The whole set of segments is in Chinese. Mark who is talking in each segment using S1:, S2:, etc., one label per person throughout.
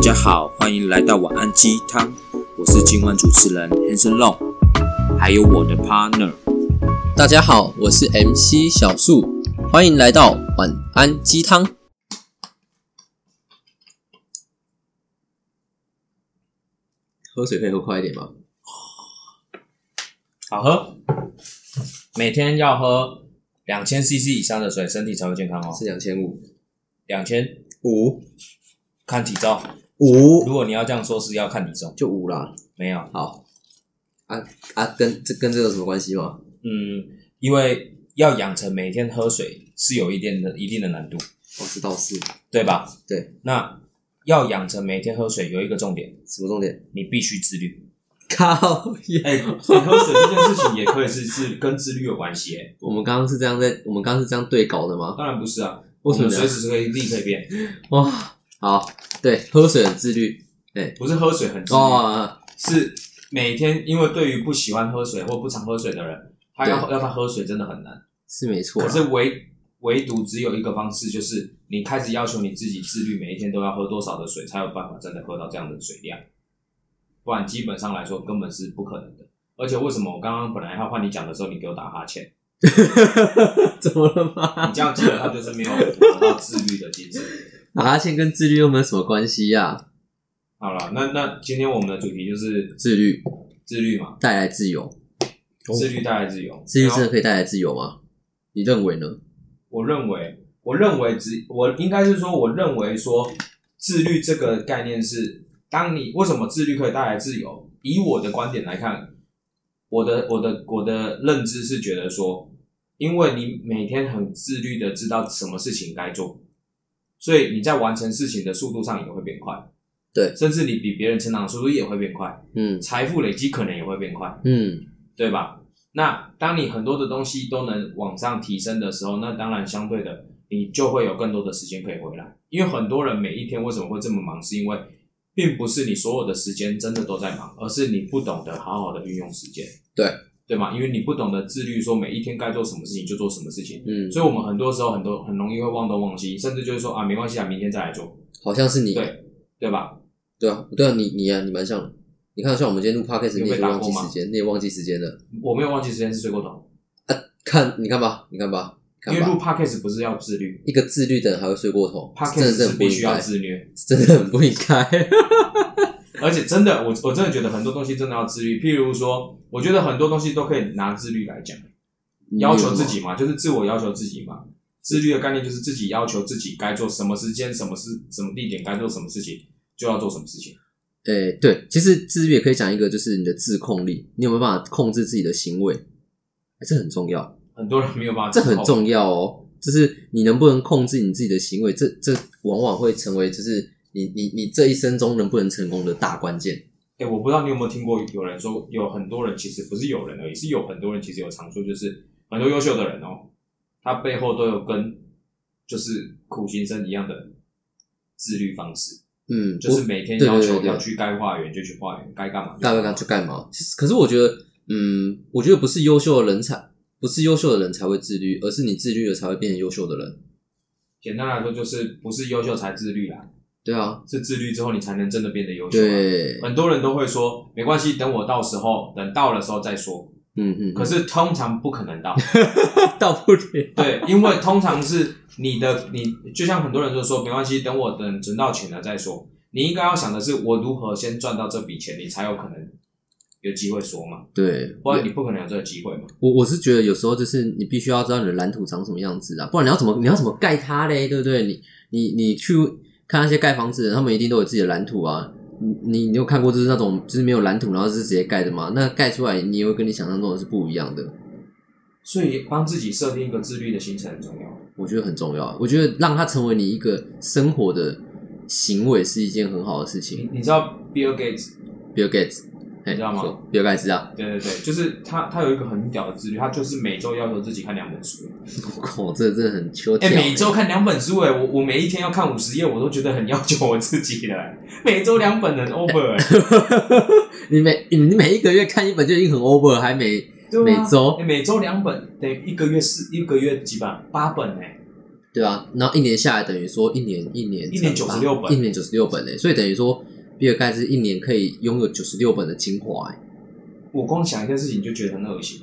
S1: 家好，欢迎来到晚安鸡汤，我是今晚主持人 Hanson Long，还有我的 partner。
S2: 大家好，我是 MC 小树，欢迎来到晚安鸡汤。喝水可以喝快一点吗？
S1: 好喝，每天要喝两千 CC 以上的水，身体才会健康哦。
S2: 是两千五
S1: 两千
S2: 五
S1: 看体重，
S2: 五
S1: 如果你要这样说，是要看体重。
S2: 就五啦。
S1: 没有，
S2: 好，啊啊，跟这跟这有什么关系吗？
S1: 嗯，因为要养成每天喝水是有一定的一定的难度，
S2: 我知道是
S1: 对吧？
S2: 对，
S1: 那要养成每天喝水有一个重点，
S2: 什么重点？
S1: 你必须自律。
S2: 靠耶！
S3: 哎、欸，喝水这件事情也可以是自跟自律有关系、欸。
S2: 我们刚刚是这样在，我们刚刚是这样对稿的吗？
S3: 当然不是啊，
S2: 为
S3: 我
S2: 什么
S3: 们
S2: 这
S3: 随
S2: 样？
S3: 时可以立刻变，
S2: 哇，好，对，喝水很自律
S3: 不是喝水很自律，
S2: 哦。
S3: 是每天因为对于不喜欢喝水或不常喝水的人，他
S2: 对
S3: 要
S2: 啊
S3: 让他喝水真的很难。
S2: 是没错
S3: 可
S2: 啦，
S3: 是唯唯独只有一个方式，就是你开始要求你自己自律，每一天都要喝多少的水，才有办法真的喝到这样的水量。不然基本上来说根本是不可能的。而且为什么我刚刚本来要换你讲的时候，你给我打哈欠？
S2: 怎么了
S3: 你
S2: 吗？
S3: 这样基本上就是没有达到自律的精神。
S2: 打哈欠跟自律又没有什么关系呀、
S3: 好了，那那今天我们的主题就是
S2: 自律
S3: 自律嘛，
S2: 带来自由，
S3: 自律带来自由。
S2: 哦自律真
S3: 然
S2: 的
S3: 后
S2: 可以带来自由吗？你认为呢？
S3: 我认为，我认为只我应该是说，我认为说自律这个概念是，当你为什么自律可以带来自由？以我的观点来看，我的我的我的认知是觉得说，因为你每天很自律的知道什么事情该做，所以你在完成事情的速度上也会变快。
S2: 对
S3: 甚至你比别人成长的速度也会变快，
S2: 嗯
S3: 财富累积可能也会变快，
S2: 嗯，
S3: 对吧？那当你很多的东西都能往上提升的时候，那当然相对的，你就会有更多的时间可以回来。因为很多人每一天为什么会这么忙，是因为并不是你所有的时间真的都在忙，而是你不懂得好好的运用时间，
S2: 对
S3: 对吗？因为你不懂得自律，说每一天该做什么事情就做什么事情，
S2: 嗯，
S3: 所以我们很多时候很多很容易会忘东忘西，甚至就是说啊，没关系啊，明天再来做，
S2: 好像是你
S3: 对对吧？
S2: 对啊，对啊，你你啊，你蛮像的。你看，像我们今天录 podcast，
S3: 有
S2: 你也
S3: 被
S2: 是
S3: 打
S2: 忘记
S3: 过吗
S2: 时间，你也忘记时间了。
S3: 我没有忘记时间是睡过头，
S2: 看，你看吧，你看吧，
S3: 因
S2: 看
S3: 为录
S2: 吧，
S3: podcast 不是要自律
S2: 一个自律的人还会睡过头，真的
S3: ，podcast
S2: 是
S3: 是
S2: 很不
S3: 必
S2: 应
S3: 须要
S2: 该，
S3: 自律，
S2: 真的很不应该。
S3: 而且真的，我我真的觉得很多东西真的要自律。譬如说，我觉得很多东西都可以拿自律来讲，要求自己嘛，就是自我要求自己嘛。自律的概念就是自己要求自己该做什么时间、什么事、什么地点该做什么事情，就要做什么事情。
S2: 诶，对，其实自律也可以讲一个，就是你的自控力，你有没有办法控制自己的行为？诶这很重要，
S3: 很多人没有办法，
S2: 这很。重要哦。就是你能不能控制你自己的行为，这这往往会成为就是你你你这一生中能不能成功的大关键。
S3: 哎、我不知道你有没有听过有人说，有很多人其实不是有人而已，是有很多人其实有常说，就是很多优秀的人哦，他背后都有跟就是苦行僧一样的自律方式，
S2: 嗯，
S3: 就是
S2: 我
S3: 每天
S2: 对对
S3: 要
S2: 对
S3: 求
S2: 对
S3: 要去该化缘就去化缘，该干嘛就
S2: 干嘛干嘛就干嘛。其实，可是我觉得，嗯，我觉得不是优秀的人才，不是优秀的人才会自律，而是你自律了才会变成优秀的人。
S3: 简单来说，就是不是优秀才自律啦，
S2: 对啊，
S3: 是自律之后你才能真的变得优秀、啊。，
S2: 对，
S3: 很多人都会说没关系，等我到时候等到的时候再说。
S2: 嗯嗯，
S3: 可是通常不可能到，
S2: 到不了，
S3: 对，因为通常是你的你，就像很多人就说没关系，等我等存到钱了再说。你应该要想的是，我如何先赚到这笔钱，你才有可能有机会说嘛，
S2: 对，
S3: 不然你不可能有这个机会嘛。
S2: 我我是觉得有时候就是你必须要知道你的蓝图长什么样子啊，不然你要怎么你要怎么盖它嘞，对不对？你你你去看那些盖房子的人，他们一定都有自己的蓝图啊。你你你有看过就是那种就是没有蓝图，然后是直接盖的吗？那盖出来你也会跟你想象中的是不一样的，
S3: 所以帮自己设定一个自律的行程很重要。
S2: 我觉得很重要。我觉得让它成为你一个生活的行为是一件很好的事情
S3: 你。你知道 Bill Gates
S2: Bill Gates，你
S3: 你知道吗
S2: ？Bill Gates 啊，
S3: 对对对，就是他，他有一个很屌的自律，他就是每周要求自己看两本书。
S2: 我哦这真的很秋
S3: 哎、
S2: 天。
S3: 每周看两本书、欸，哎，我我每一天要看五十页，我都觉得很要求我自己了、欸每周两本很 over，、欸、
S2: 你每你每一个月看一本就已经很 over，还每
S3: 对啊
S2: 每周
S3: 欸每周两本等于一个月四一个月几本八本哎、
S2: 对啊，然后一年下来等于说一年一年
S3: 一年96本
S2: 一年九十六本诶、所以等于说比尔盖茨一年可以拥有九十六本的精华、欸，
S3: 我光想一件事情就觉得很恶心。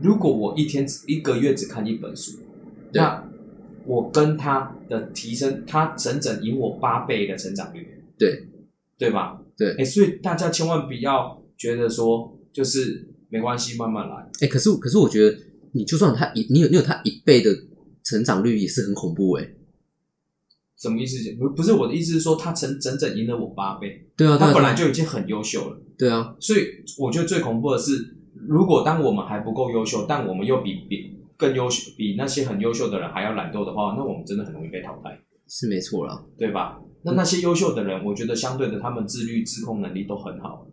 S3: 如果我一天只一个月只看一本书，
S2: 对
S3: 那我跟他的提升，他整整赢我八倍的成长率，
S2: 对
S3: 对吧？
S2: 对
S3: 哎、所以大家千万不要觉得说就是没关系，慢慢来。
S2: 哎、可是可是我觉得你就算他一你有你有他一倍的成长率也是很恐怖哎、
S3: 什么意思？不不是我的意思是说，他成整整赢了我八倍，
S2: 对啊，对
S3: 他
S2: 啊
S3: 本来就已经很优秀了。
S2: 对啊，
S3: 所以我觉得最恐怖的是，如果当我们还不够优秀，但我们又比比更优秀，比那些很优秀的人还要懒惰的话，那我们真的很容易被淘汰，
S2: 是没错啦。
S3: 对吧？那那些优秀的人，我觉得相对的，他们自律、自控能力都很好。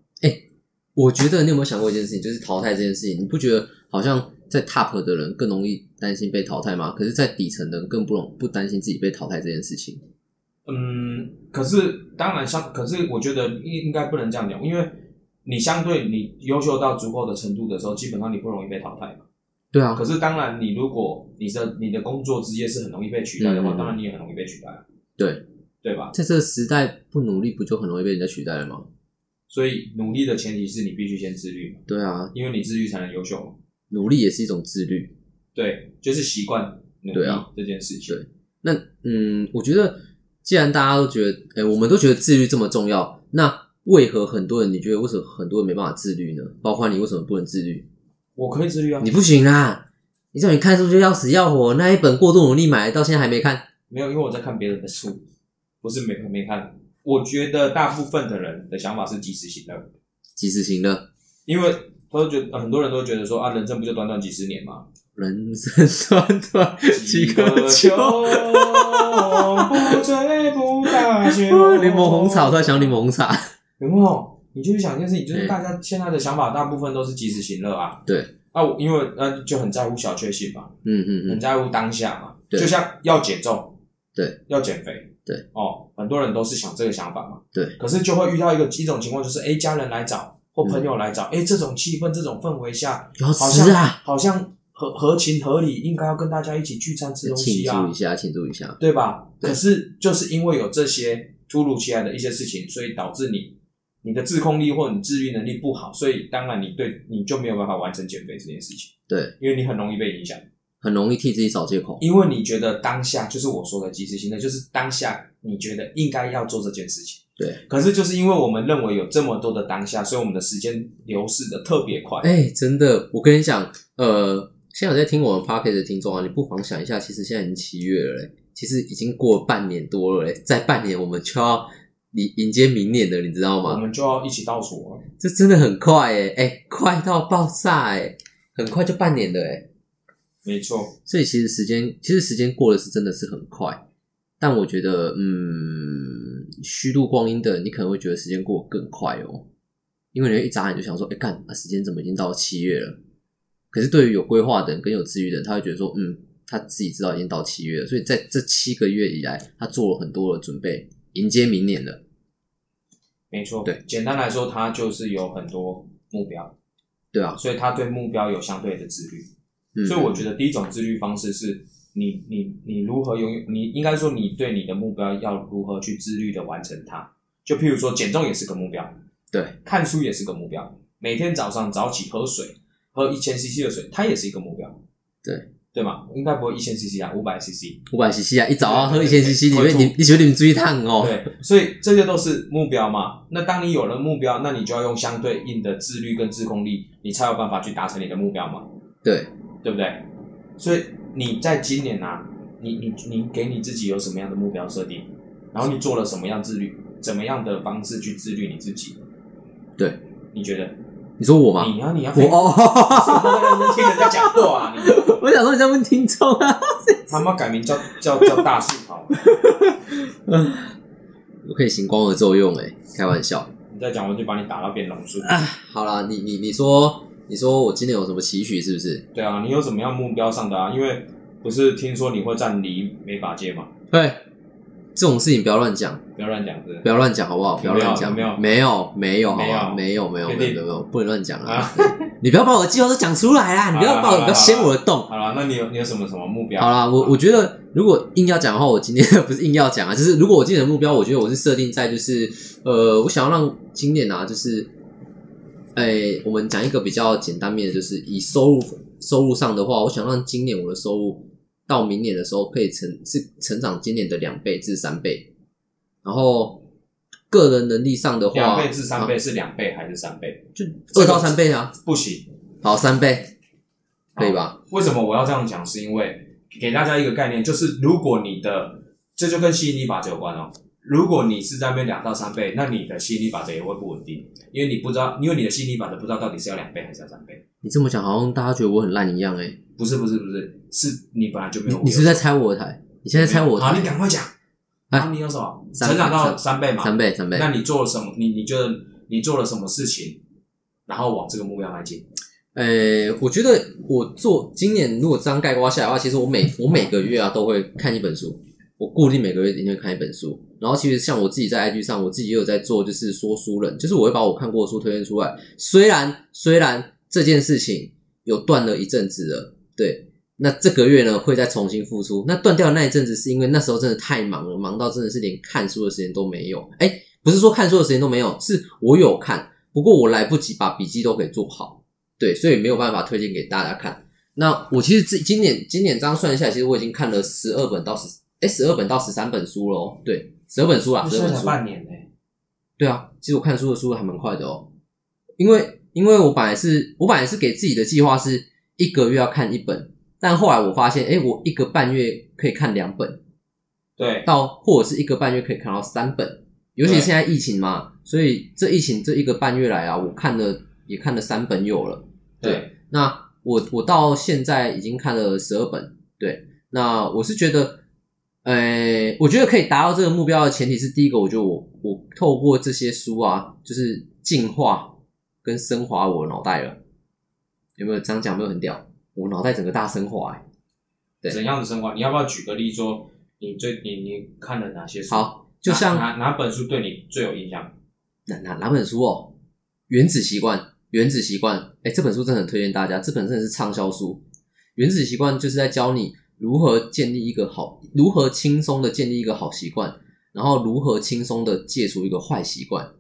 S2: 我觉得你有没有想过一件事情，就是淘汰这件事情，你不觉得好像在 top 的人更容易担心被淘汰吗？可是，在底层的人更不容不担心自己被淘汰这件事情。
S3: 嗯，可是当然相，可是我觉得应应该不能这样讲，因为你相对你优秀到足够的程度的时候，基本上你不容易被淘汰嘛。
S2: 对啊
S3: 可，是当然，你如果你的你的工作职业是很容易被取代的话，
S2: 嗯
S3: 当然你也很容易被取代啊，
S2: 对，
S3: 对吧？
S2: 在这个时代不努力，不就很容易被人家取代了吗？
S3: 所以努力的前提是你必须先自律嘛。
S2: 对啊，
S3: 因为你自律才能优秀嘛。
S2: 努力也是一种自律。
S3: 对，就是习惯努力
S2: 对啊
S3: 这件事情。
S2: 对那嗯，我觉得既然大家都觉得，哎、我们都觉得自律这么重要，那为何很多人你觉得为什么很多人没办法自律呢？包括你为什么不能自律？
S3: 我可以自律啊
S2: 你，不行啦！你叫你看书就要死要活，那一本过度努力买的到现在还没看。
S3: 没有，因为我在看别人的书，不是没没看。我觉得大部分的人的想法是及时行乐，
S2: 及时行乐，
S3: 因为他都觉得呃很多人都觉得说啊，人生不就短短几十年嘛，
S2: 人生短短 几
S3: 个
S2: 个
S3: 秋
S2: 秋。。
S3: 不醉不罢休
S2: 柠檬红茶，我突然想到柠檬红茶。
S3: 有没有？你就去想一件事情，就是
S2: 嗯
S3: 大家现在的想法大部分都是及时行乐啊。
S2: 对，
S3: 啊，我因为那就很在乎小确幸嘛。
S2: 嗯嗯
S3: 很
S2: 嗯，
S3: 在乎当下嘛，
S2: 对
S3: 就像要减重，
S2: 对，
S3: 要减肥，
S2: 对，
S3: 哦，很多人都是想这个想法嘛，
S2: 对，
S3: 可是就会遇到一个一种情况，就是哎，诶家人来找或
S2: 嗯
S3: 朋友来找，哎、这种气氛、这种氛围下，
S2: 要
S3: 好
S2: 吃
S3: 像、
S2: 啊！
S3: 好像合合情合理，应该要跟大家一起聚餐吃东
S2: 庆
S3: 西
S2: 祝一
S3: 啊，
S2: 下，庆祝一下。
S3: 对吧？
S2: 对
S3: 可是就是因为有这些突如其来的一些事情，所以导致你你的自控力或你自律能力不好，所以当然你对你就没有办法完成减肥这件事情，
S2: 对，
S3: 因为你很容易被影响。
S2: 很容易替自己找借口。
S3: 因为你觉得当下就是我说的及时行乐，就是当下你觉得应该要做这件事情。
S2: 对，
S3: 可是就是因为我们认为有这么多的当下，所以我们的时间流逝的特别快。
S2: 哎、真的，我跟你讲，呃，现在有在听我们 p o d c a s t 的听众啊，你不妨想一下，其实现在已经七月了、嘞，其实已经过了半年多了、嘞，在半年我们就要迎迎接明年了，你知道
S3: 我
S2: 吗？
S3: 们就要一起倒数了。
S2: 这真的很快哎、哎、快到爆炸哎、很快就半年了哎、
S3: 没错，
S2: 所以其实时间，其实时间过得是真的是很快，但我觉得，嗯，虚度光阴的人，你可能会觉得时间过得更快哦，因为你会一眨眼就想说，哎、干，啊，时间怎么已经到七月了？可是对于有规划的人跟有自律的人，他会觉得说，嗯，他自己知道已经到七月了，所以在这七个月以来，他做了很多的准备，迎接明年了。
S3: 没错。
S2: 对，
S3: 简单来说，他就是有很多目标，
S2: 对啊，
S3: 所以他对目标有相对的自律。
S2: 嗯、
S3: 所以我觉得第一种自律方式是你你你如何拥有，你应该说你对你的目标要如何去自律的完成它。就譬如说减重也是个目标，
S2: 对，
S3: 看书也是个目标，每天早上早起喝水，喝一千 CC 的水，它也是一个目标。
S2: 对，
S3: 对嘛？应该不会一千 CC 啊，五百 CC。
S2: 五百 CC 啊，一早啊喝一千 CC，你
S3: 会
S2: 会
S3: 吐
S2: 你你觉得你们注意烫哦？
S3: 对，所以这些都是目标嘛。那当你有了目标，那你就要用相对应的自律跟自控力，你才有办法去达成你的目标嘛。
S2: 对，
S3: 对不对？所以你在今年啊，你你你给你自己有什么样的目标设定，然后你做了什么样自律，怎么样的方式去自律你自己？
S2: 对，
S3: 你觉得？
S2: 你说我吗？
S3: 你要你要
S2: 我哦。
S3: 什么认真听人家讲话啊？你
S2: 我想说你在问听众啊。
S3: 他妈改名叫叫叫大树好了，
S2: 我可以行光合作用哎、开玩笑。
S3: 你再讲我就把你打到变龙树。
S2: 好啦，你你你说你说我今年有什么期许是不是？
S3: 对啊，你有什么样目标上的啊？因为不是听说你会站离美法界嘛？
S2: 对，这种事情不要乱讲，
S3: 不要乱讲，真的
S2: 不。要乱讲好不好？不要乱讲，
S3: 有没有
S2: 没有没有好吧
S3: 没有
S2: 没有没有没有
S3: 确
S2: 没
S3: 定
S2: 有没有，不能乱讲啊
S3: 啊。
S2: 对你不要把我的计划都讲出来啦！你不要把
S3: 好啦好
S2: 我，
S3: 啦
S2: 你不要掀我的洞。
S3: 好了，那你有你有什么什么目标？
S2: 好啦，我我觉得如果硬要讲的话，我今天 不是硬要讲啊，就是如果我今年的目标，我觉得我是设定在就是呃，我想要让今年啊，就是，哎、我们讲一个比较简单面的，就是以收入收入上的话，我想让今年我的收入到明年的时候可以成是成长今年的两倍至三倍，然后个人能力上的话，
S3: 两倍至三
S2: 啊
S3: 倍是两倍还是三倍？
S2: 就
S3: 这
S2: 二
S3: 个
S2: 到三倍啊，
S3: 不行，
S2: 好，三倍，可以吧？
S3: 为什么我要这样讲？是因为给大家一个概念，就是如果你的这就跟吸引力法则有关哦。如果你是在那边两到三倍，那你的吸引力法则也会不稳定，因为你不知道，因为你的吸引力法则不知道到底是要两倍还是要三倍。
S2: 你这么讲，好像大家觉得我很烂一样哎、
S3: 不是不是不是，是你本来就没
S2: 你
S3: 有。
S2: 你是不是在猜我的台？你现在猜我的
S3: 好，你
S2: 台？
S3: 赶快讲。
S2: 哎
S3: 啊，你有什么？
S2: 三
S3: 成长到
S2: 三
S3: 三倍嘛？
S2: 三倍，三倍。
S3: 那你做了什么？你你觉得你做了什么事情，然后往这个目标来进？
S2: 呃，我觉得我做今年如果这样概括下来的话，其实我每我每个月啊都会看一本书，我固定每个月一定会看一本书。然后其实像我自己在 IG 上，我自己也有在做，就是说书人，就是我会把我看过的书推荐出来。虽然虽然这件事情有断了一阵子了，对，那这个月呢会再重新复出。那断掉的那一阵子是因为那时候真的太忙了，忙到真的是连看书的时间都没有。哎，不是说看书的时间都没有，是我有看，不过我来不及把笔记都给做好。对，所以没有办法推荐给大家看。那我其实这今年今年这样算下来，其实我已经看了十二本到十哎十二本到十三本书喽。对，十二本书啦，十二本书。
S3: 年呢、
S2: 对啊，其实我看书的速度还蛮快的哦，因为因为我本来是我本来是给自己的计划是一个月要看一本，但后来我发现，哎，我一个半月可以看两本，
S3: 对，
S2: 到或者是一个半月可以看到三本，尤其
S3: 对
S2: 现在疫情嘛，所以这疫情这一个半月来啊，我看了也看了三本有了。
S3: 对，
S2: 那我我到现在已经看了十二本，对，那我是觉得，呃，我觉得可以达到这个目标的前提是，第一个，我觉得我我透过这些书啊，就是进化跟升华我的脑袋了，有没有这样讲？有没有很屌？我脑袋整个大升华、欸，对
S3: 怎样的生活？你要不要举个例说，你最你你看了哪些书？
S2: 好就像
S3: 哪哪哪本书对你最有影响？
S2: 哪哪哪本书哦，《原子习惯》，《原子习惯》哎，这本书真的很推荐大家，这本真的是畅销书。《原子习惯》就是在教你如何建立一个好，如何轻松的建立一个好习惯，然后如何轻松的戒除一个坏习惯。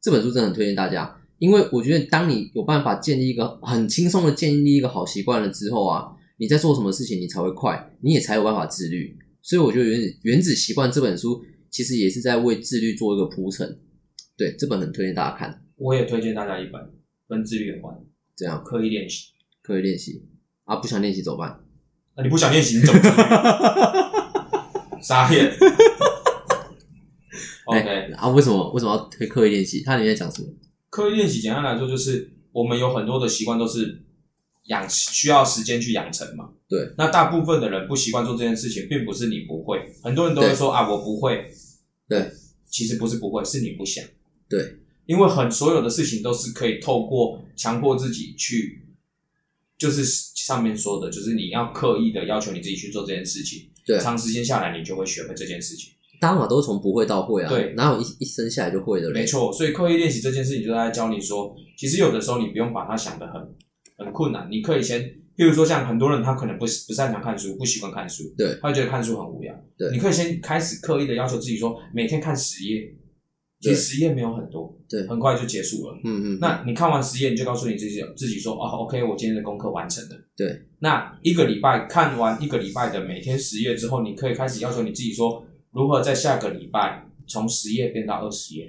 S2: 这本书真的很推荐大家，因为我觉得当你有办法建立一个很轻松的建立一个好习惯了之后啊，你在做什么事情你才会快，你也才有办法自律。所以我觉得原子《原子习惯》这本书其实也是在为自律做一个铺陈。对，这本很推荐大家看，
S3: 我也推荐大家一本，跟自律有关，
S2: 这样
S3: 刻意练习。
S2: 可以练习啊。不想练习怎么办？
S3: 那、你不想练习，你怎么自律？ 傻眼。
S2: 哎
S3: OK，、
S2: 啊，为什么为什么要推刻意练习？它里面在讲什么？
S3: 刻意练习，简单来说就是我们有很多的习惯都是养需要时间去养成嘛。
S2: 对。
S3: 那大部分的人不习惯做这件事情，并不是你不会，很多人都会说啊我不会。
S2: 对。
S3: 其实不是不会，是你不想。
S2: 对。
S3: 因为很所有的事情都是可以透过强迫自己去，就是上面说的，就是你要刻意的要求你自己去做这件事情，
S2: 对
S3: 长时间下来你就会学会这件事情。
S2: 大家嘛都是从不会到会啊，
S3: 对
S2: 哪有一一生下来就会的嘞？
S3: 没，错，所以刻意练习这件事情，就是在教你说，其实有的时候你不用把它想得很很困难，你可以先，譬如说像很多人他可能不不擅长看书，不习惯看书，
S2: 对，
S3: 他会觉得看书很无聊，
S2: 对
S3: 你可以先开始刻意的要求自己说，每天看十页，其实十页没有很多，
S2: 对
S3: 很快就结束了。
S2: 嗯嗯，
S3: 那你看完十页，你就告诉你自己自己说，哦，OK，我今天的功课完成了。
S2: 对，
S3: 那一个礼拜看完一个礼拜的每天十页之后，你可以开始要求你自己说，如何在下个礼拜从十页变到二十页，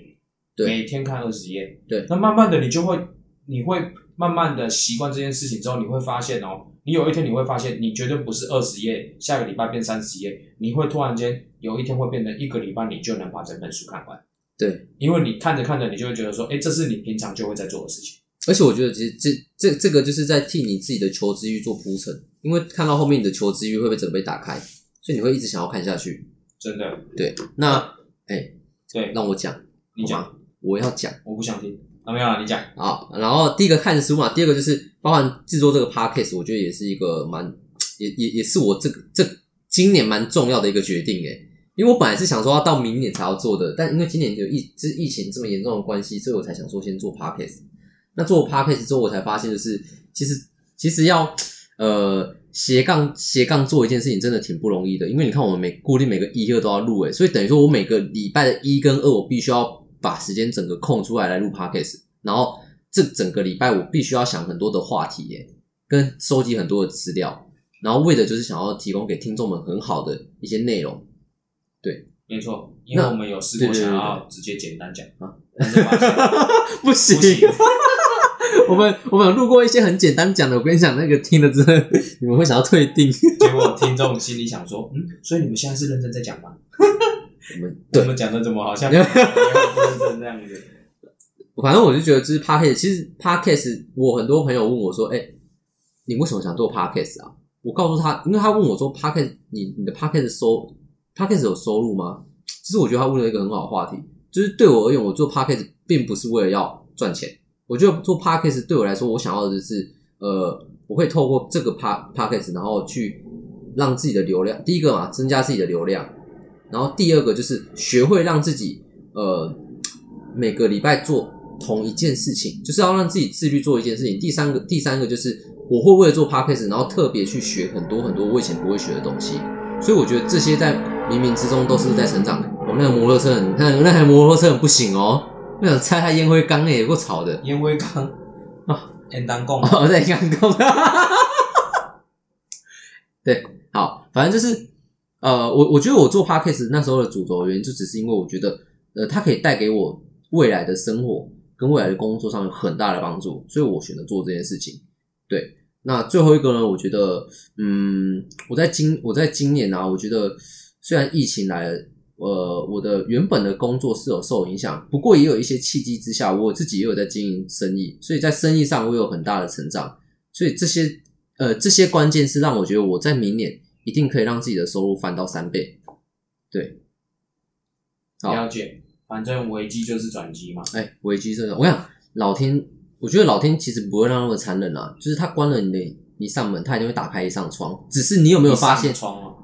S2: 对
S3: 每天看二十页，
S2: 对
S3: 那慢慢的你就会，你会慢慢的习惯这件事情之后，你会发现哦，你有一天你会发现，你绝对不是二十页，下个礼拜变三十页，你会突然间有一天会变成一个礼拜你就能把整本书看完，
S2: 对，
S3: 因为你看着看着，你就会觉得说，哎，这是你平常就会在做的事情。
S2: 而且我觉得其实这这这个就是在替你自己的求知欲做铺陈，因为看到后面你的求知欲会被整被打开，所以你会一直想要看下去。
S3: 真的，
S2: 对，那
S3: 对
S2: 让我讲，
S3: 你
S2: 好
S3: 讲，
S2: 吗，我要讲。
S3: 我不想听。啊，没有了，你讲。
S2: 啊，然后第一个看书嘛，第二个就是包含制作这个 podcast，我觉得也是一个蛮也也也是我这个这今年蛮重要的一个决定诶，因为我本来是想说要到明年才要做的，但因为今年有疫这疫情这么严重的关系，所以我才想说先做 podcast。那做 podcast 之后，我才发现，就是其实其实要呃斜杠斜杠做一件事情，真的挺不容易的。因为你看，我们每固定每个一、二都要录，欸诶，所以等于说我每个礼拜的一跟二，我必须要把时间整个空出来来录 podcast，然后这整个礼拜我必须要想很多的话题，诶，跟收集很多的资料，然后为的就是想要提供给听众们很好的一些内容。
S3: 没错，因为
S2: 那
S3: 我们有试过
S2: 对对对
S3: 想
S2: 对
S3: 要直接简单讲
S2: 啊
S3: 但是发现
S2: 不行
S3: 不行，
S2: 我们我们有录过一些很简单讲的，我跟你讲，那个听了之后，你们会想要退订。
S3: 结果听众心里想说，嗯，所以你们现在是认真在讲吗？
S2: 我们
S3: 我
S2: 对，
S3: 们讲的怎么好像没有很认真这样子？
S2: 反正我就觉得，就是 podcast，其实 podcast，我很多朋友问我说：“哎、你为什么想做 podcast 啊？”我告诉他，因为他问我说：“podcast，你你的 podcast 收 podcast 有收入吗？”其实我觉得他问了一个很好的话题，就是对我而言，我做 podcast 并不是为了要赚钱。我觉得做 podcast 对我来说，我想要的就是，呃，我会透过这个 pa podcast，然后去让自己的流量，第一个嘛，增加自己的流量，然后第二个就是学会让自己呃每个礼拜做同一件事情，就是要让自己自律做一件事情。第三个，第三个就是我会为了做 podcast，然后特别去学很多很多我以前不会学的东西。所以我觉得这些在冥冥之中都是在成长的。我、那个摩托车很，那那台摩托车很不行哦，那想拆它烟灰缸哎，有够吵的。
S3: 烟灰缸啊，烟当供
S2: 哦， 在干工。对，好，反正就是呃，我我觉得我做 podcast 那时候的主轴原因，就只是因为我觉得呃，它可以带给我未来的生活跟未来的工作上有很大的帮助，所以我选择做这件事情。对，那最后一个呢，我觉得嗯，我在今我在今年啊，我觉得虽然疫情来了。呃，我的原本的工作是有受影响，不过也有一些契机之下，我自己也有在经营生意，所以在生意上我有很大的成长。所以这些呃这些关键是让我觉得我在明年一定可以让自己的收入翻到三倍。对，好，
S3: 了解，反正危机就是转机嘛。
S2: 哎，危机这种，我想老天，我觉得老天其实不会让他那么残忍啊，就是他关了你的一扇门，他一定会打开一扇窗，只是你有没有发
S3: 一
S2: 现
S3: 扇窗吗？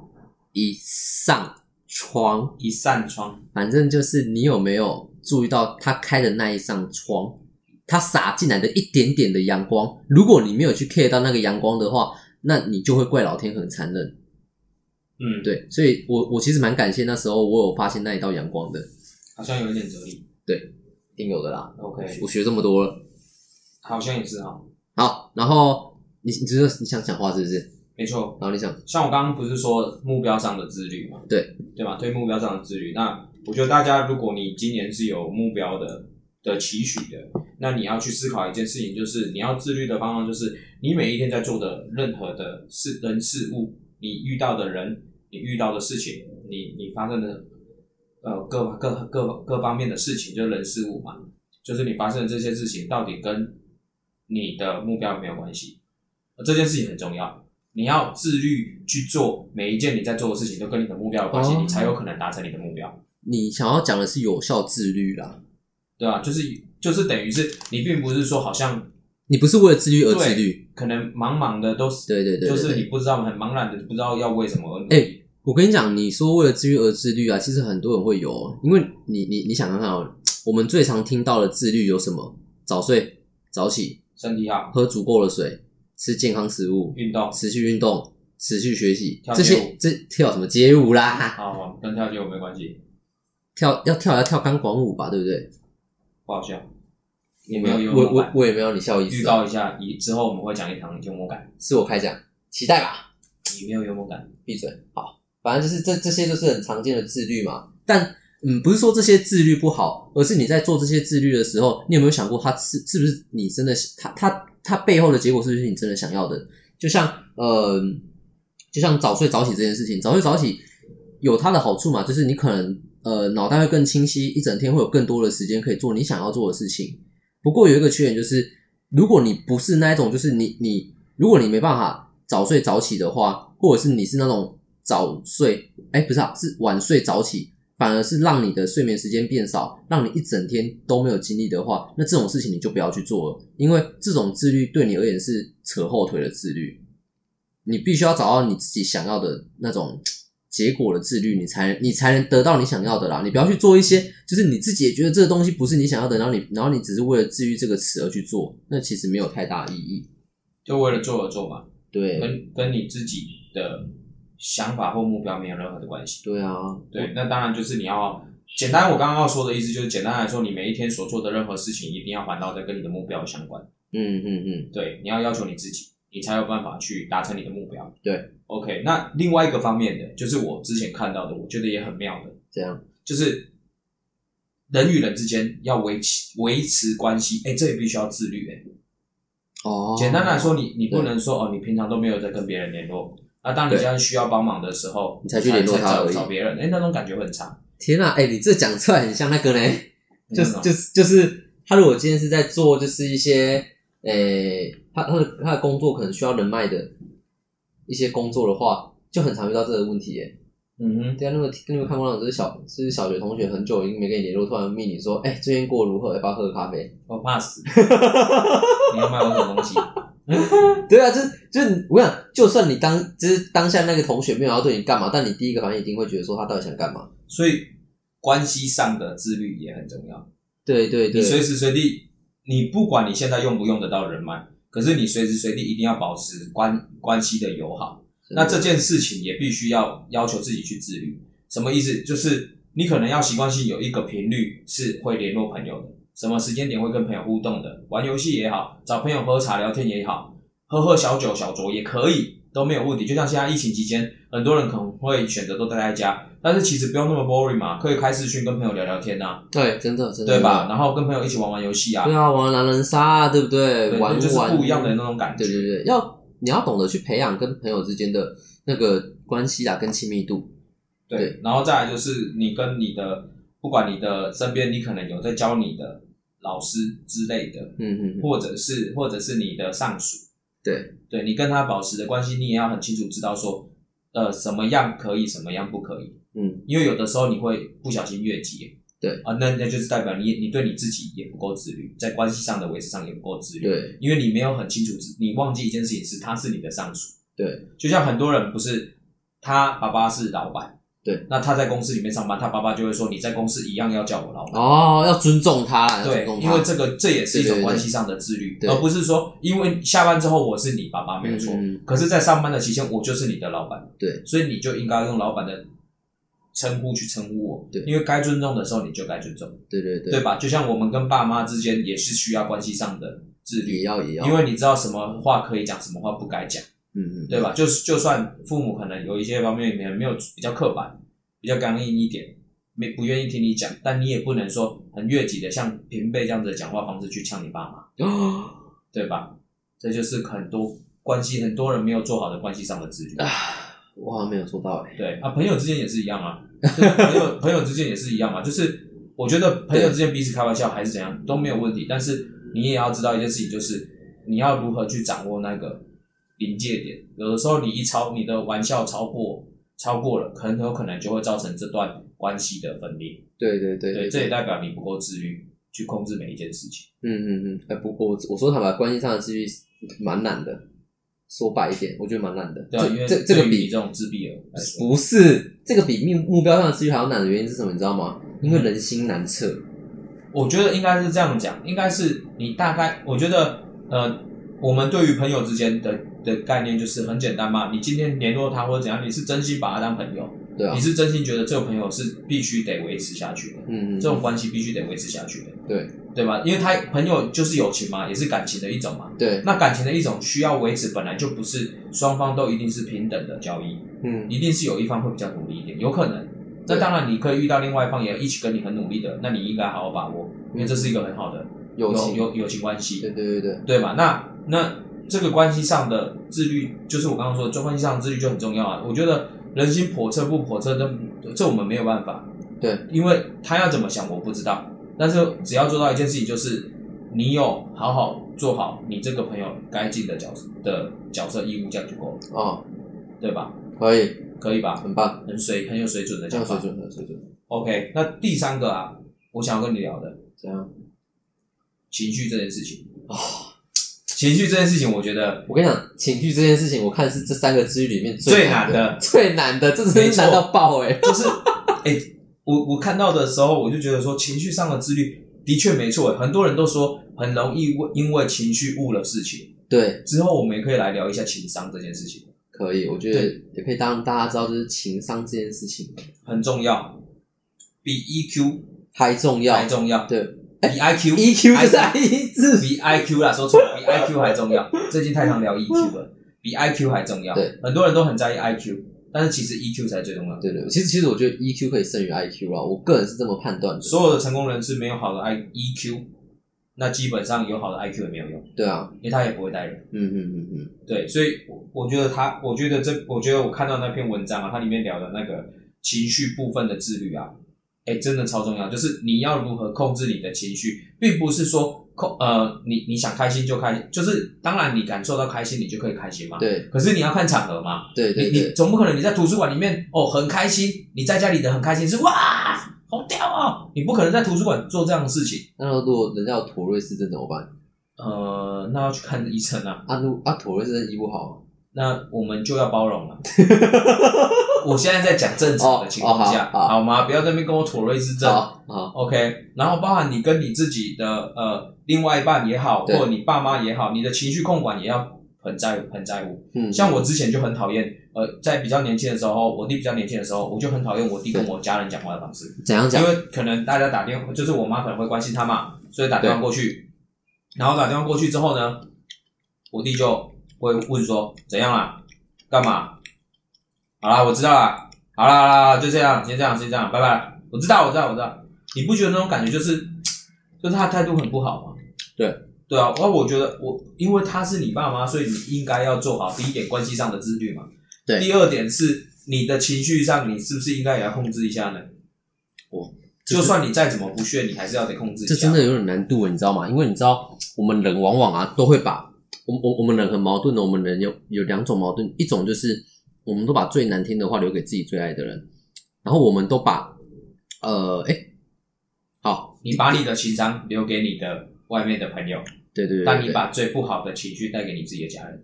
S2: 一扇窗？
S3: 一扇窗，
S2: 反正就是你有没有注意到它开的那一扇窗，它洒进来的一点点的阳光，如果你没有去 care 到那个阳光的话，那你就会怪老天很残忍。
S3: 嗯，，
S2: 对，所以我我其实蛮感谢那时候我有发现那一道阳光的，
S3: 好像有一点哲理。
S2: 一定有的啦。
S3: OK，
S2: 我学这么多了，
S3: 好像也是哈，
S2: 好，然后你你知道你想讲话是不是？
S3: 没错。
S2: 然后你想，
S3: 像我刚刚不是说目标上的自律嘛？
S2: 对，
S3: 对嘛，对目标上的自律。那我觉得大家，如果你今年是有目标的的期许的，那你要去思考一件事情，就是你要自律的方向，就是你每一天在做的任何的事、人、事物，你遇到的人，你遇到的事情，你你发生的呃各各各各方面的事情，就是人事物嘛，就是你发生的这些事情到底跟你的目标有没有关系，呃这件事情很重要。你要自律去做每一件你在做的事情都跟你的目标有关系，
S2: 哦
S3: 你才有可能达成你的目标，
S2: 你想要讲的是有效自律啦，
S3: 对吧？就是就是等于是你并不是说好像
S2: 你不是为了自律而
S3: 对
S2: 自律。
S3: 可能茫茫的都是，
S2: 对对对对
S3: 就是
S2: 对
S3: 你不知道很茫然的不知道要为什么而努力。
S2: 哎我跟你讲，你说为了自律而自律啊，其实很多人会有哦，因为你你你想看看哦，我们最常听到的自律有什么？早睡、早起、
S3: 身体好，
S2: 喝足够的水、吃健康食物、
S3: 运动
S2: 持续运动、持续学习，
S3: 跳街
S2: 这
S3: 舞
S2: 些这跳什么街舞啦？
S3: 好，跟跳街舞没关系，
S2: 跳要跳要跳钢管舞吧，对不对？
S3: 不好笑。
S2: 我
S3: 也没有幽
S2: 我
S3: 默
S2: 我
S3: 感。
S2: 我也没有你笑意
S3: 预
S2: 思啊，
S3: 告一下，以之后我们会讲一堂幽默感，
S2: 是我开讲，期待吧。
S3: 你没有幽默感，
S2: 闭嘴。好，反正就是这这些就是很常见的自律嘛。但嗯，不是说这些自律不好，而是你在做这些自律的时候，你有没有想过它是是不是你真的它它它背后的结果是不是你真的想要的？就像呃，就像早睡早起这件事情，早睡早起有它的好处嘛，就是你可能呃脑袋会更清晰，一整天会有更多的时间可以做你想要做的事情。不过有一个缺点就是，如果你不是那一种，就是你你如果你没办法早睡早起的话，或者是你是那种早睡，哎，不是啊，是晚睡早起，反而是让你的睡眠时间变少，让你一整天都没有精力的话，那这种事情你就不要去做了，因为这种自律对你而言是扯后腿的自律。你必须要找到你自己想要的那种结果的自律，你才你才能得到你想要的啦。你不要去做一些就是你自己也觉得这个东西不是你想要的，然后你然后你只是为了“自律”这个词而去做，那其实没有太大意义。
S3: 就为了做而做嘛，
S2: 对，
S3: 跟跟你自己的想法或目标没有任何的关系。
S2: 对啊，
S3: 对，那当然就是你要简单，我刚刚要说的意思就是，简单来说，你每一天所做的任何事情，一定要环绕在跟你的目标相关。
S2: 嗯嗯嗯，
S3: 对，你要要求你自己，你才有办法去达成你的目标。
S2: 对
S3: ，OK。那另外一个方面的，就是我之前看到的，我觉得也很妙的，
S2: 这样
S3: 就是人与人之间要维持维持关系，哎、这也必须要自律、哎、
S2: 哦
S3: 简单来，啊说，你你不
S2: 对
S3: 能说哦，你平常都没有在跟别人联络，那当你
S2: 对
S3: 这样需要帮忙的时候，
S2: 你才去联络他
S3: 找
S2: 而已
S3: 找别人，哎、那种感觉会很差。
S2: 天啊，哎、你这讲出来很像那个呢，就是
S3: 那种
S2: 就是就是他如果今天是在做就是一些，呃、他他的他的工作可能需要人脉的一些工作的话，就很常遇到这个问题耶。
S3: 嗯哼，
S2: 对啊，那么你有没有看过那种就是小就是小学同学很久已经没跟你联络，突然密你说，哎、最近过得如何？要不要喝个咖啡？
S3: 我怕 死。你要卖我什么东西？
S2: 对啊，就是就是我想，就算你当就是当下那个同学没有要对你干嘛，但你第一个反应一定会觉得说他到底想干嘛？
S3: 所以关系上的自律也很重要。
S2: 对对
S3: 你
S2: 对，
S3: 随时随地，你不管你现在用不用得到人脉，可是你随时随地一定要保持关关系的友好。那这件事情也必须要要求自己去自律。什么意思？就是你可能要习惯性有一个频率是会联络朋友的，什么时间点会跟朋友互动的，玩游戏也好，找朋友喝茶聊天也好，喝喝小酒小酌也可以，都没有问题。就像现在疫情期间，很多人可能会选择都待在家，但是其实不用那么 boring 嘛，可以开视讯跟朋友聊聊天啊，
S2: 对，真的真的
S3: 对吧？？然后跟朋友一起玩玩游戏啊
S2: 对，啊，玩狼人杀啊，对不对？
S3: 对，
S2: 玩
S3: 那就是
S2: 玩
S3: 不一样的那种感觉
S2: 对。对对，要你要懂得去培养跟朋友之间的那个关系啊啦，跟亲密度。
S3: 对
S2: 对，
S3: 然后再来就是你跟你的，不管你的身边，你可能有在教你的老师之类的，
S2: 嗯嗯，嗯
S3: 或者是或者是你的上属，
S2: 对
S3: 对你跟他保持的关系，你也要很清楚知道说，呃，什么样可以，什么样不可以，
S2: 嗯，
S3: 因为有的时候你会不小心越级，
S2: 对
S3: 啊，那那就是代表你你对你自己也不够自律，在关系上的维持上也不够自律，
S2: 对
S3: 因为你没有很清楚知，你忘记一件事情是他是你的上属，
S2: 对，
S3: 就像很多人不是他爸爸是老板，
S2: 对，
S3: 那他在公司里面上班，他爸爸就会说你在公司一样要叫我老板。
S2: 哦，要尊重他啦，要
S3: 对
S2: 尊，重他，
S3: 因为这个这也是一
S2: 对对
S3: 种
S2: 对
S3: 关系上的自律，
S2: 对
S3: 而不是说因为下班之后我是你爸爸没有错，
S2: 嗯嗯嗯
S3: 可是，在上班的期间我就是你的老板，
S2: 对
S3: 所以你就应该用老板的称呼去称呼我，
S2: 对
S3: 因为该尊重的时候你就该尊重，
S2: 对对对
S3: 对吧？就像我们跟爸妈之间也是需要关系上的自律，
S2: 也要也要，
S3: 因为你知道什么话可以讲，什么话不该讲。
S2: 嗯嗯
S3: 对吧？就是就算父母可能有一些方面可能没有比较刻板、比较刚硬一点，没不愿意听你讲，但你也不能说很越级的像平辈这样子的讲话方式去呛你爸妈，
S2: 啊
S3: 对吧？这就是很多关系很多人没有做好的关系上的自律。
S2: 啊我好像没有做到哎，
S3: 对啊，朋友之间也是一样啊，就是朋友 朋友之间也是一样嘛，就是我觉得朋友之间彼此开玩笑还是怎样都没有问题，但是你也要知道一件事情，就是你要如何去掌握那个临界点。有的时候你一超你的玩笑超过超过了，很有可能就会造成这段关系的分裂。
S2: 对对对
S3: 对，
S2: 对，
S3: 这
S2: 对
S3: 也代表你不够自律去控制每一件事情。
S2: 嗯嗯嗯，哎，不过我我说坦白，关系上的自律蛮难的，说白一点，我觉得蛮难的，
S3: 对啊，因为
S2: 这这这个
S3: 对于
S2: 比
S3: 你这种自闭儿来说，
S2: 不是这个比目目标上的自律还要难的原因是什么？你知道吗？因为人心难测。
S3: 我觉得应该是这样讲，应该是你大概，我觉得呃，我们对于朋友之间的的概念就是很简单嘛，你今天联络他或者怎样，你是真心把他当朋友，
S2: 对啊
S3: 你，是真心觉得这个朋友是必须得维持下去的，
S2: 嗯嗯，
S3: 这种关系必须得维持下去的，
S2: 对
S3: 对吧？因为他朋友就是友情嘛，也是感情的一种嘛。
S2: 对，
S3: 那感情的一种需要维持，本来就不是双方都一定是平等的交易，
S2: 嗯
S3: 一定是有一方会比较努力一点，有可能。那
S2: 对
S3: 当然，你可以遇到另外一方也一起跟你很努力的，那你应该好好把握，因为这是一个很好的
S2: 嗯友情，
S3: 有友情关系，
S2: 对对对对，
S3: 对吧？那那这个关系上的自律，就是我刚刚说的，这关系上的自律就很重要啊。我觉得人心叵测不叵测，这这我们没有办法，
S2: 对，
S3: 因为他要怎么想我不知道，但是只要做到一件事情，就是你有好好做好你这个朋友该尽的角色的角色义务，这样就够了，
S2: 哦，
S3: 对吧？
S2: 可以，
S3: 可以吧？
S2: 很棒，
S3: 很水很有水准的
S2: 这
S3: 讲
S2: 样
S3: 法
S2: 水。准，这样水准，
S3: OK，那第三个啊，我想要跟你聊的
S2: 这样
S3: 情绪这件事情。
S2: 哦，
S3: 情绪这件事情，我觉得
S2: 我跟你讲，情绪这件事情，我看是这三个治愈里面
S3: 最
S2: 难
S3: 难的
S2: 最难的，这真
S3: 没
S2: 是
S3: 错
S2: 难到爆哎、
S3: 就是，哎、我我看到的时候，我就觉得说，情绪上的自律的确没错，欸很多人都说很容易为因为情绪误了事情。
S2: 对，
S3: 之后我们也可以来聊一下情商这件事情，
S2: 可以，我觉得也可以让大家知道，就是情商这件事情
S3: 很重要，比 EQ
S2: 还重要。哎
S3: 还重要，
S2: 对
S3: 比 IQ
S2: ，EQ 就是
S3: IQ
S2: I 字，
S3: 比 IQ 啦，说错了，比 IQ 还重要。最近太常聊 EQ 了，比 IQ 还重要。
S2: 对，
S3: 很多人都很在意 IQ，但是其实 EQ 才最重要。
S2: 对对，其实其实我觉得 EQ 可以胜于 IQ 啦，我个人是这么判断的。
S3: 所有的成功人士没有好的 I EQ，那基本上有好的 IQ 也没有用，
S2: 对啊，
S3: 因为他也不会带人。
S2: 嗯嗯嗯嗯，
S3: 对，所以我我觉得他，我觉得这，我觉得我看到那篇文章啊，它里面聊的那个情绪部分的自律啊，哎，真的超重要。就是你要如何控制你的情绪，并不是说控呃，你你想开心就开心，就是当然你感受到开心，你就可以开心嘛。
S2: 对
S3: 可是你要看场合嘛，
S2: 对
S3: 你
S2: 对
S3: 你
S2: 对，
S3: 总不可能你在图书馆里面哦很开心，你在家里的很开心是哇好屌哦，你不可能在图书馆做这样的事情。
S2: 那如果人家有妥瑞氏症怎么办？
S3: 呃，那要去看医生啊，
S2: 啊，如啊妥瑞氏症医不好，
S3: 那我们就要包容 了。我现在在讲正常的情况下，
S2: 哦哦好好
S3: 吗？不要在那边跟我妥瑞是症。
S2: 好好，
S3: OK，然后包含你跟你自己的呃另外一半也好，或
S2: 对
S3: 者你爸妈也好，你的情绪控管也要很在乎，很在乎。
S2: 嗯，
S3: 像我之前就很讨厌，呃，在比较年轻的时候，我弟比较年轻的时候，我就很讨厌我弟跟我家人讲话的方式，
S2: 怎样讲
S3: 因？为可能大家打电话，就是我妈可能会关心他嘛，所以打电话过去，然后打电话过去之后呢，我弟就会问说怎样啦，干嘛？好啦，我知道啦，好啦好啦，好啦就这样，先这样，先这样，拜拜啦。我知道，我知道，我知道。你不觉得那种感觉就是，就是他态度很不好吗？
S2: 对，
S3: 对啊。而我觉得我，因为他是你爸妈，所以你应该要做好第一点关系上的自律嘛。
S2: 对
S3: 第二点是你的情绪上，你是不是应该也要控制一下呢？
S2: 我
S3: 就算你再怎么不屑，你还是要得控制一下。
S2: 这真的有点难度，欸你知道吗？因为你知道，我们人往往啊都会把我我我们人很矛盾的，我们人有有两种矛盾，一种就是我们都把最难听的话留给自己最爱的人，然后我们都把呃哎、好
S3: 你把你的情商留给你的外面的朋友，
S2: 对对对对，
S3: 但你把最不好的情绪带给你自己的家人，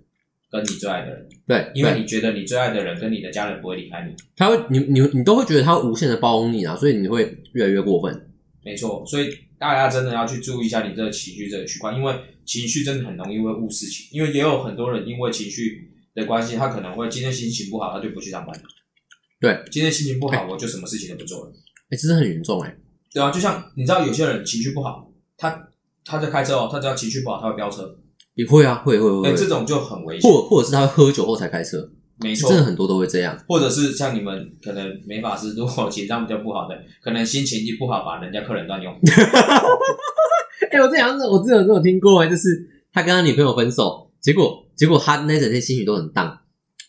S3: 跟你最爱的人，
S2: 对，
S3: 因为
S2: 对
S3: 你觉得你最爱的人跟你的家人不会离开你，
S2: 他会你你你都会觉得他会无限的包容你啊，所以你会越来越过分，
S3: 没错。所以大家真的要去注意一下你这个情绪这个区块，因为情绪真的很容易会误事情，因为也有很多人因为情绪的关系，他可能会今天心情不好，他就不去上班。
S2: 对，
S3: 今天心情不好，我就什么事情都不做了。
S2: 哎、这是很严重哎、
S3: 对啊，就像你知道有些人情绪不好，他他在开车哦，他只要情绪不好，他会飙车，
S2: 也会啊会会会
S3: 哎，这
S2: 会，
S3: 种就很危险。
S2: 或或者是他会喝酒后才开车，
S3: 没错
S2: 真，的很多都会这样，
S3: 或者是像你们可能美发师，如果情商比较不好的，可能心情一不好，把人家客人 乱用。
S2: 哎、我之前好像是我之前有这种听过哎，就是他跟他女朋友分手，结果结果他那整天心情都很荡，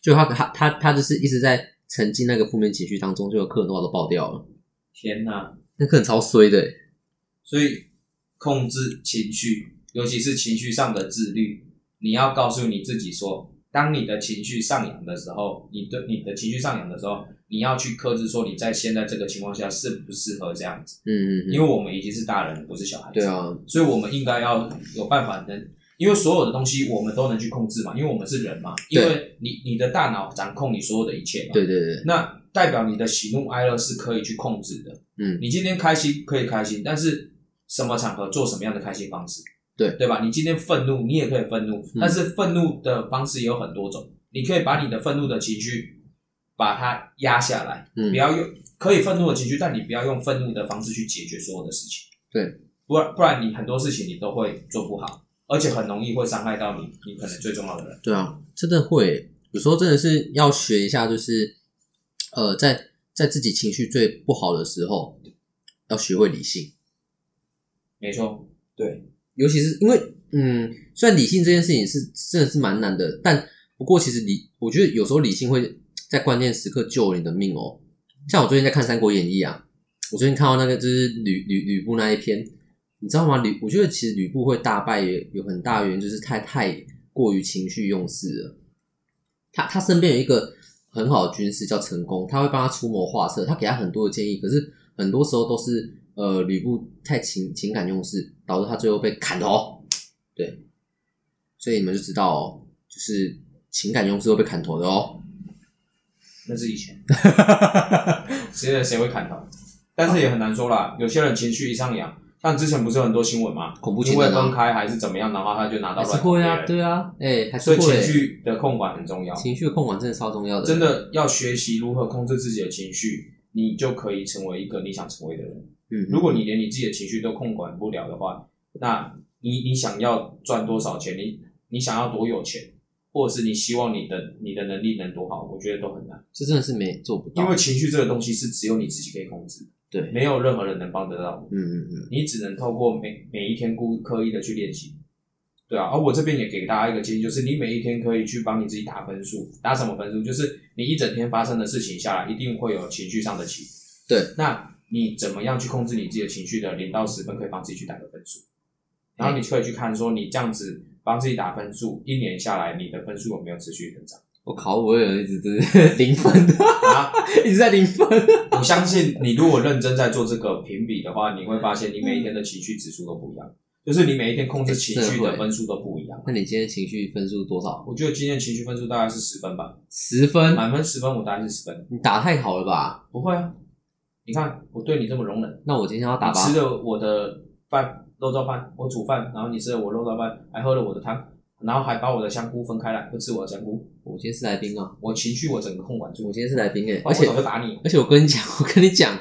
S2: 就他他他他就是一直在沉浸那个负面情绪当中，就有客人的话都爆掉了，
S3: 天哪！
S2: 那客人超衰的欸，
S3: 所以控制情绪，尤其是情绪上的自律，你要告诉你自己说，当你的情绪上扬的时候，你对你的情绪上扬的时候，你要去克制说你在现在这个情况下适不适合这样子，
S2: 嗯嗯嗯，
S3: 因为我们已经是大人了，不是小孩子。
S2: 对啊，
S3: 所以我们应该要有办法能，因为所有的东西我们都能去控制嘛，因为我们是人嘛，因
S2: 对
S3: 为你你的大脑掌控你所有的一切嘛，
S2: 对对对，
S3: 那代表你的喜怒哀乐是可以去控制的。
S2: 嗯
S3: 你今天开心可以开心，但是什么场合做什么样的开心方式，
S2: 对嗯
S3: 对吧？你今天愤怒，你也可以愤怒，但是愤怒的方式也有很多种，你可以把你的愤怒的情绪把它压下来，
S2: 嗯
S3: 不要用可以愤怒的情绪，但你不要用愤怒的方式去解决所有的事情。
S2: 对，
S3: 不然不然你很多事情你都会做不好，而且很容易会伤害到你你可能最重要的人。
S2: 对啊，真的会，有时候真的是要学一下，就是呃，在在自己情绪最不好的时候，要学会理性。
S3: 没错，对，
S2: 尤其是因为，嗯，虽然理性这件事情是真的是蛮难的，但不过其实理，我觉得有时候理性会在关键时刻救了你的命哦。像我最近在看《三国演义》啊，我最近看到那个就是吕吕吕布那一篇，你知道吗？吕，我觉得其实吕布会大败也有很大原因就是太太过于情绪用事了。他他身边有一个很好的军师叫陈宫，他会帮他出谋划策，他给他很多的建议，可是很多时候都是呃吕布太情情感用事，导致他最后被砍头。所以你们就知道哦，就是情感用是会被砍头的哦。
S3: 那是 以前， 现在谁会砍头？但是也很难说啦，有些人情绪一上扬，像之前不是有很多新闻嘛，
S2: 恐怖情
S3: 因为
S2: 人啊
S3: 分开还是怎么样，然后他就拿到
S2: 还
S3: 乱
S2: 是会
S3: 砍
S2: 啊，
S3: 别人
S2: 对啊，哎、还是
S3: 所
S2: 会、
S3: 以情绪的控管很重要，
S2: 情绪的控管真的超重要的，
S3: 真的要学习如何控制自己的情绪，你就可以成为一个你想成为的人。
S2: 嗯，
S3: 如果你连你自己的情绪都控管不了的话，那你你想要赚多少钱，你你想要多有钱，或者是你希望你的你的能力能多好，我觉得都很难，
S2: 嗯这真的是没做不到，
S3: 因为情绪这个东西是只有你自己可以控制，
S2: 对，
S3: 没有任何人能帮得到你。
S2: 嗯嗯嗯，
S3: 你只能透过每每一天故刻意的去练习，对啊。而我这边也给大家一个建议，就是你每一天可以去帮你自己打分数，打什么分数？就是你一整天发生的事情下来，一定会有情绪上的起伏。
S2: 对，
S3: 那你怎么样去控制你自己的情绪的？零到十分可以帮自己去打个分数，然后你可以去看说你这样子帮自己打分数，一年下来你的分数有没有持续增长
S2: 我考我有一直真是 零分的，
S3: 啊？
S2: 一直在零分，
S3: 我相信你如果认真在做这个评比的话，你会发现你每一天的情绪指数都不一样，就是你每一天控制情绪的分数都不一样。
S2: 那你今天情绪分数多少？
S3: 我觉得今天情绪分数大概是十分吧，
S2: 十分，
S3: 满分十分，我大概是十分。
S2: 你打太好了吧？
S3: 不会啊，你看我对你这么容忍，
S2: 那我今天要打
S3: 你
S2: 吧，
S3: 吃了我的饭肉燥饭，我煮饭，然后你吃了我肉燥饭，还喝了我的汤，然后还把我的香菇分开来，不吃我的香菇，
S2: 我今天是来宾啊，
S3: 我情绪我整个控管住
S2: 我，今天是来宾哎、
S3: 不
S2: 而
S3: 然
S2: 且
S3: 我早就打你了。
S2: 而且我跟你讲， 我跟你讲，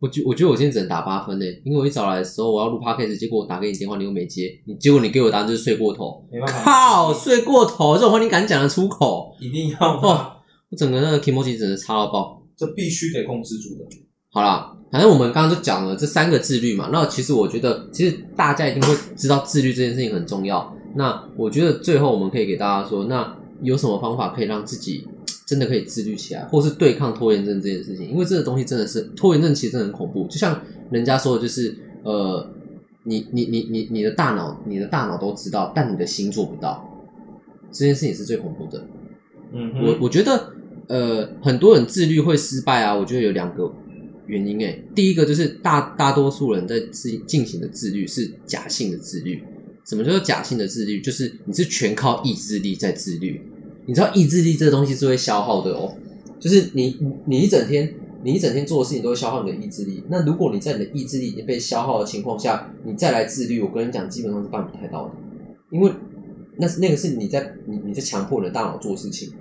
S2: 我觉我觉得我今天只能打八分呢、欸因为我一早来的时候我要录 podcast，结果我打给你电话你又没接，你结果你给我答案就是睡过头，
S3: 没办法，
S2: 靠，睡过头这种话你敢讲得出口？
S3: 一定要
S2: 哦
S3: 哦，
S2: 我整个那个 k i m o j i 真的差到爆。
S3: 这必须得控制住的。
S2: 好啦，反正我们刚刚就讲了这三个自律嘛。那其实我觉得，其实大家一定会知道自律这件事情很重要。那我觉得最后我们可以给大家说，那有什么方法可以让自己真的可以自律起来，或是对抗拖延症这件事情？因为这个东西真的是拖延症，其实真的很恐怖。就像人家说的，就是呃，你你你你你的大脑，你的大脑都知道，但你的心做不到，这件事情是最恐怖的。
S3: 嗯哼，
S2: 我我觉得，呃，很多人自律会失败啊，我觉得有两个原因诶。第一个就是大大多数人在自进行的自律是假性的自律。什么叫做假性的自律？就是你是全靠意志力在自律。你知道意志力这个东西是会消耗的哦，就是你你你一整天你一整天做的事情都会消耗你的意志力。那如果你在你的意志力已经被消耗的情况下，你再来自律，我跟你讲，基本上是办不太到的，因为那是那个是你在你你在强迫你的大脑做事情，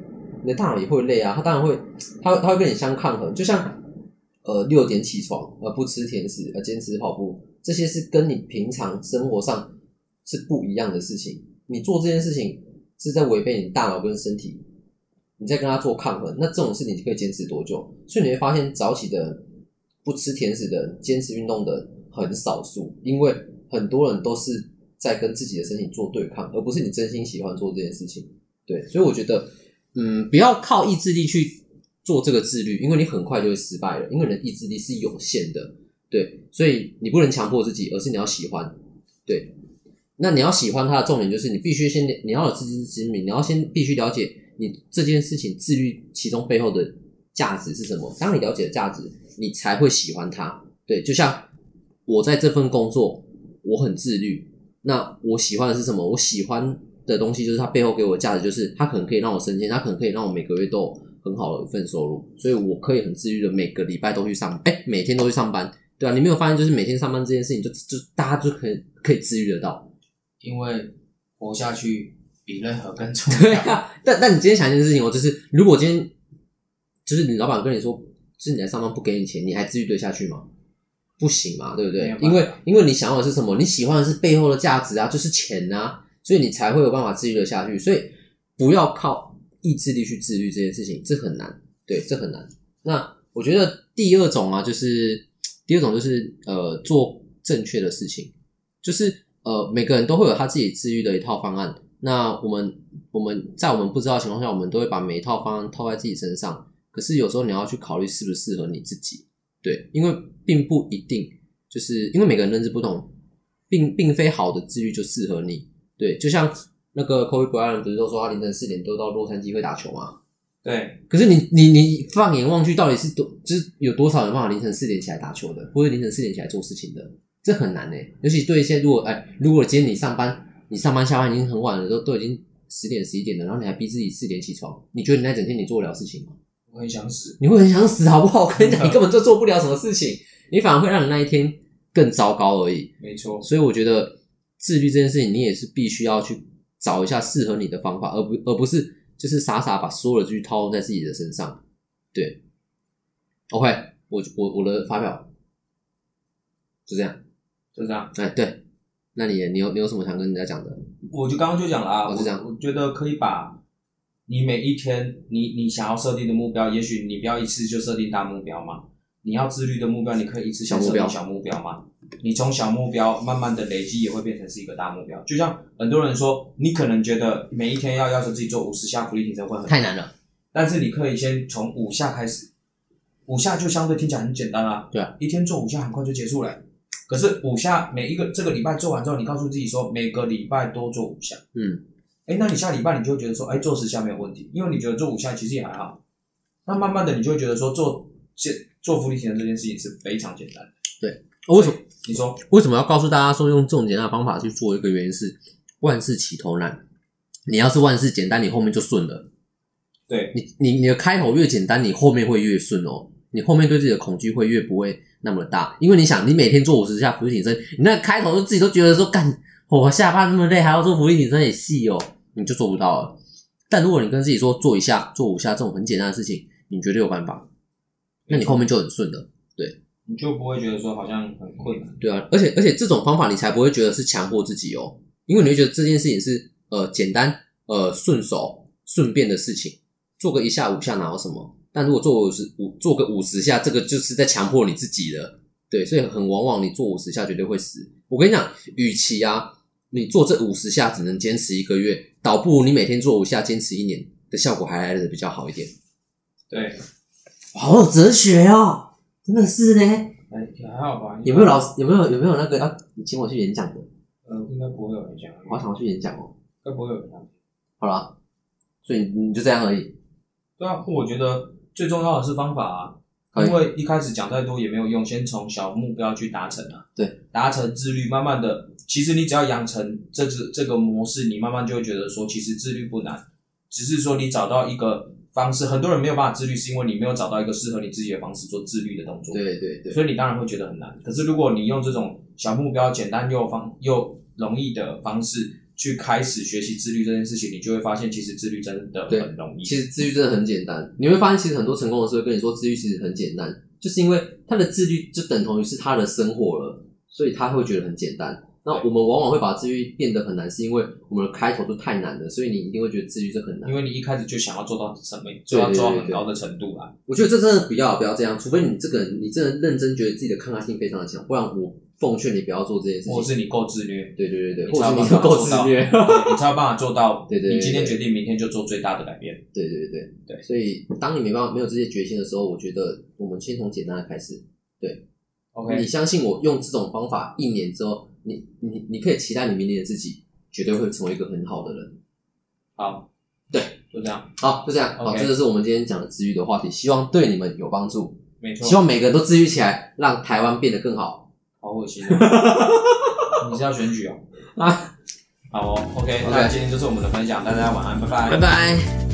S2: 你的大脑也会累啊，它当然会，它它会跟你相抗衡。就像呃六点起床，呃不吃甜食，呃坚持跑步，这些是跟你平常生活上是不一样的事情。你做这件事情是在违背你大脑跟身体，你在跟它做抗衡。那这种事你可以坚持多久？所以你会发现，早起的人、不吃甜食的人、坚持运动的人很少数，因为很多人都是在跟自己的身体做对抗，而不是你真心喜欢做这件事情。对，所以我觉得，嗯，不要靠意志力去做这个自律，因为你很快就会失败了，因为你的意志力是有限的。对，所以你不能强迫自己，而是你要喜欢。对，那你要喜欢它的重点就是你必须先你要有自知之明，你要先必须了解你这件事情自律其中背后的价值是什么。当你了解了价值，你才会喜欢它。对，就像我在这份工作，我很自律，那我喜欢的是什么？我喜欢的东西就是它背后给我的价值，就是它可能可以让我升迁，它可能可以让我每个月都有很好的一份收入，所以我可以很自律的每个礼拜都去上，哎、每天都去上班，对啊，你没有发现就是每天上班这件事情就，就大家就可以可以自律得到，
S3: 因为活下去比任何更重
S2: 对啊。但但你今天想一件事情哦，就是如果今天就是你老板跟你说，就是你来上班不给你钱，你还自律对下去吗？不行嘛，对不
S3: 没
S2: 对
S3: 有？办
S2: 因
S3: 法
S2: 为因为你想要的是什么？你喜欢的是背后的价值啊，就是钱啊，所以你才会有办法自律的下去。所以不要靠意志力去自律这件事情，这很难，对，这很难。那我觉得第二种啊，就是第二种就是呃，做正确的事情，就是呃，每个人都会有他自己自律的一套方案。那我们我们在我们不知道的情况下，我们都会把每一套方案套在自己身上。可是有时候你要去考虑适不适合你自己，对，因为并不一定，就是因为每个人认知不同，并并非好的自律就适合你。对，就像那个 Kobe Bryant 不是都说他凌晨四点都到洛杉矶会打球吗？
S3: 对，
S2: 可是你你你放眼望去，到底是多就是有多少人办法凌晨四点起来打欸球的，或者凌晨四点起来做事情的？这很难呢、尤其对一些如果哎，如果今天你上班你上班下班已经很晚了，都都已经十点十一点了，然后你还逼自己四点起床，你觉得你那整天你做得了事情吗？
S3: 我很想死。
S2: 你会很想死，好不好？我跟你讲，你根本就做不了什么事情，你反而会让你那一天更糟糕而已。
S3: 没错，
S2: 所以我觉得自律这件事情，你也是必须要去找一下适合你的方法，而不而不是就是傻傻把所有的剧套用在自己的身上。对，OK，我我我的发表就这样。
S3: 就这样。
S2: 哎，对，那你你有你有什么想跟人家讲的？
S3: 我就刚刚就讲了啊，
S2: 我
S3: 我
S2: 是这样
S3: 我觉得可以把你每一天你你想要设定的目标，也许你不要一次就设定大目标嘛。你要自律的目标，你可以一次
S2: 小
S3: 先
S2: 目
S3: 设
S2: 标
S3: 定小目标嘛。你从小目标慢慢的累积，也会变成是一个大目标。就像很多人说，你可能觉得每一天要要求自己做五十下浮力挺身会很
S2: 太难了，
S3: 但是你可以先从五下开始，五下就相对听起来很简单啊，
S2: 对啊，
S3: 一天做五下很快就结束了欸、可是五下每一个这个礼拜做完之后，你告诉自己说每个礼拜多做五下，
S2: 嗯，
S3: 哎，那你下礼拜你就会觉得说，哎，做十下没有问题，因为你觉得做五下其实也还好。那慢慢的你就会觉得说做这做福利型的这件事情是非常简单的。
S2: 哦为什么
S3: 你说
S2: 为什么要告诉大家说用这种简单的方法去做一个原因是万事起头难。你要是万事简单，你后面就顺了。
S3: 对，
S2: 你你你的开头越简单，你后面会越顺哦。你后面对自己的恐惧会越不会那么大，因为你想，你每天做五十下俯卧撑，你那开头自己都觉得说，干，我下班那么累还要做俯卧撑，也细哦，你就做不到了。但如果你跟自己说做一下、做五下这种很简单的事情，你绝对有办法，那你后面就很顺了。
S3: 你就不会觉得说好像很困难。
S2: 对啊，而且而且这种方法你才不会觉得是强迫自己哦，因为你会觉得这件事情是呃简单呃顺手顺便的事情，做个一下五下哪有什么？但如果做五十五做个五十下，这个就是在强迫你自己了。对，所以很往往你做五十下绝对会死。我跟你讲，与其啊你做这五十下只能坚持一个月，倒不如你每天做五下坚持一年的效果还来得比较好一点。
S3: 对，
S2: 哇好有哲学哦，真的是呢。
S3: 哎，也还好吧。
S2: 有没有老师？有没有有没有那个要你请我去演讲的？
S3: 呃，应该不会有人讲，应
S2: 我好想去演讲哦。
S3: 该不会有人讲。
S2: 好啦，所以你你就这样而已。
S3: 对啊，我觉得最重要的是方法啊，
S2: 可以
S3: 因为一开始讲再多也没有用，先从小目标去达成啊。
S2: 对，
S3: 达成自律，慢慢的，其实你只要养成这只这个模式，你慢慢就会觉得说，其实自律不难，只是说你找到一个方式。很多人没有办法自律，是因为你没有找到一个适合你自己的方式做自律的动作。，
S2: 对对对，
S3: 所以你当然会觉得很难。可是如果你用这种小目标、简单又方又容易的方式。去开始学习自律这件事情，你就会发现，其实自律真的
S2: 对
S3: 很容易。
S2: 其实自律真的很简单。你会发现，其实很多成功的人士会跟你说，自律其实很简单，就是因为他的自律就等同于是他的生活了，所以他会觉得很简单。那我们往往会把自律变得很难，是因为我们的开头就太难了，所以你一定会觉得自律这很难
S3: 因。为你一开始就想要做到什么，就要做到很高的程度啊啦。
S2: 我觉得这真的不要不要这样，除非你这个人你真的认真觉得自己的抗压性非常的强，不然我奉劝你不要做这件事
S3: 或者
S2: 情。
S3: 是你够自律，
S2: 对对对对，
S3: 你
S2: 或
S3: 才
S2: 者是你
S3: 有办
S2: 不
S3: 法
S2: 够
S3: 做
S2: 自
S3: 到，
S2: 虐。
S3: 对你才有办法做 到。
S2: 对对对
S3: 你今天决定，明天就做最大的改变。
S2: 对对对
S3: 对
S2: 所以当你没办法没有这些决心的时候，我觉得我们先从简单的开始。你
S3: OK，
S2: 相信我，用这种方法一年之后，你你你可以期待你明年的自己绝对会成为一个很好的人。
S3: 好，
S2: 对，
S3: 就这样，
S2: 好，就这样。好，
S3: OK
S2: 这就是我们今天讲的治愈的话题，希望对你们有帮助，
S3: 没
S2: 希
S3: 错。
S2: 望每个人都治愈起来，让台湾变得更好。
S3: 好恶心 哦，你是要选举哦？
S2: 啊，
S3: 好哦，OK，
S2: OK
S3: 那今天就是我们的分享，大家晚安，拜拜
S2: 拜。拜。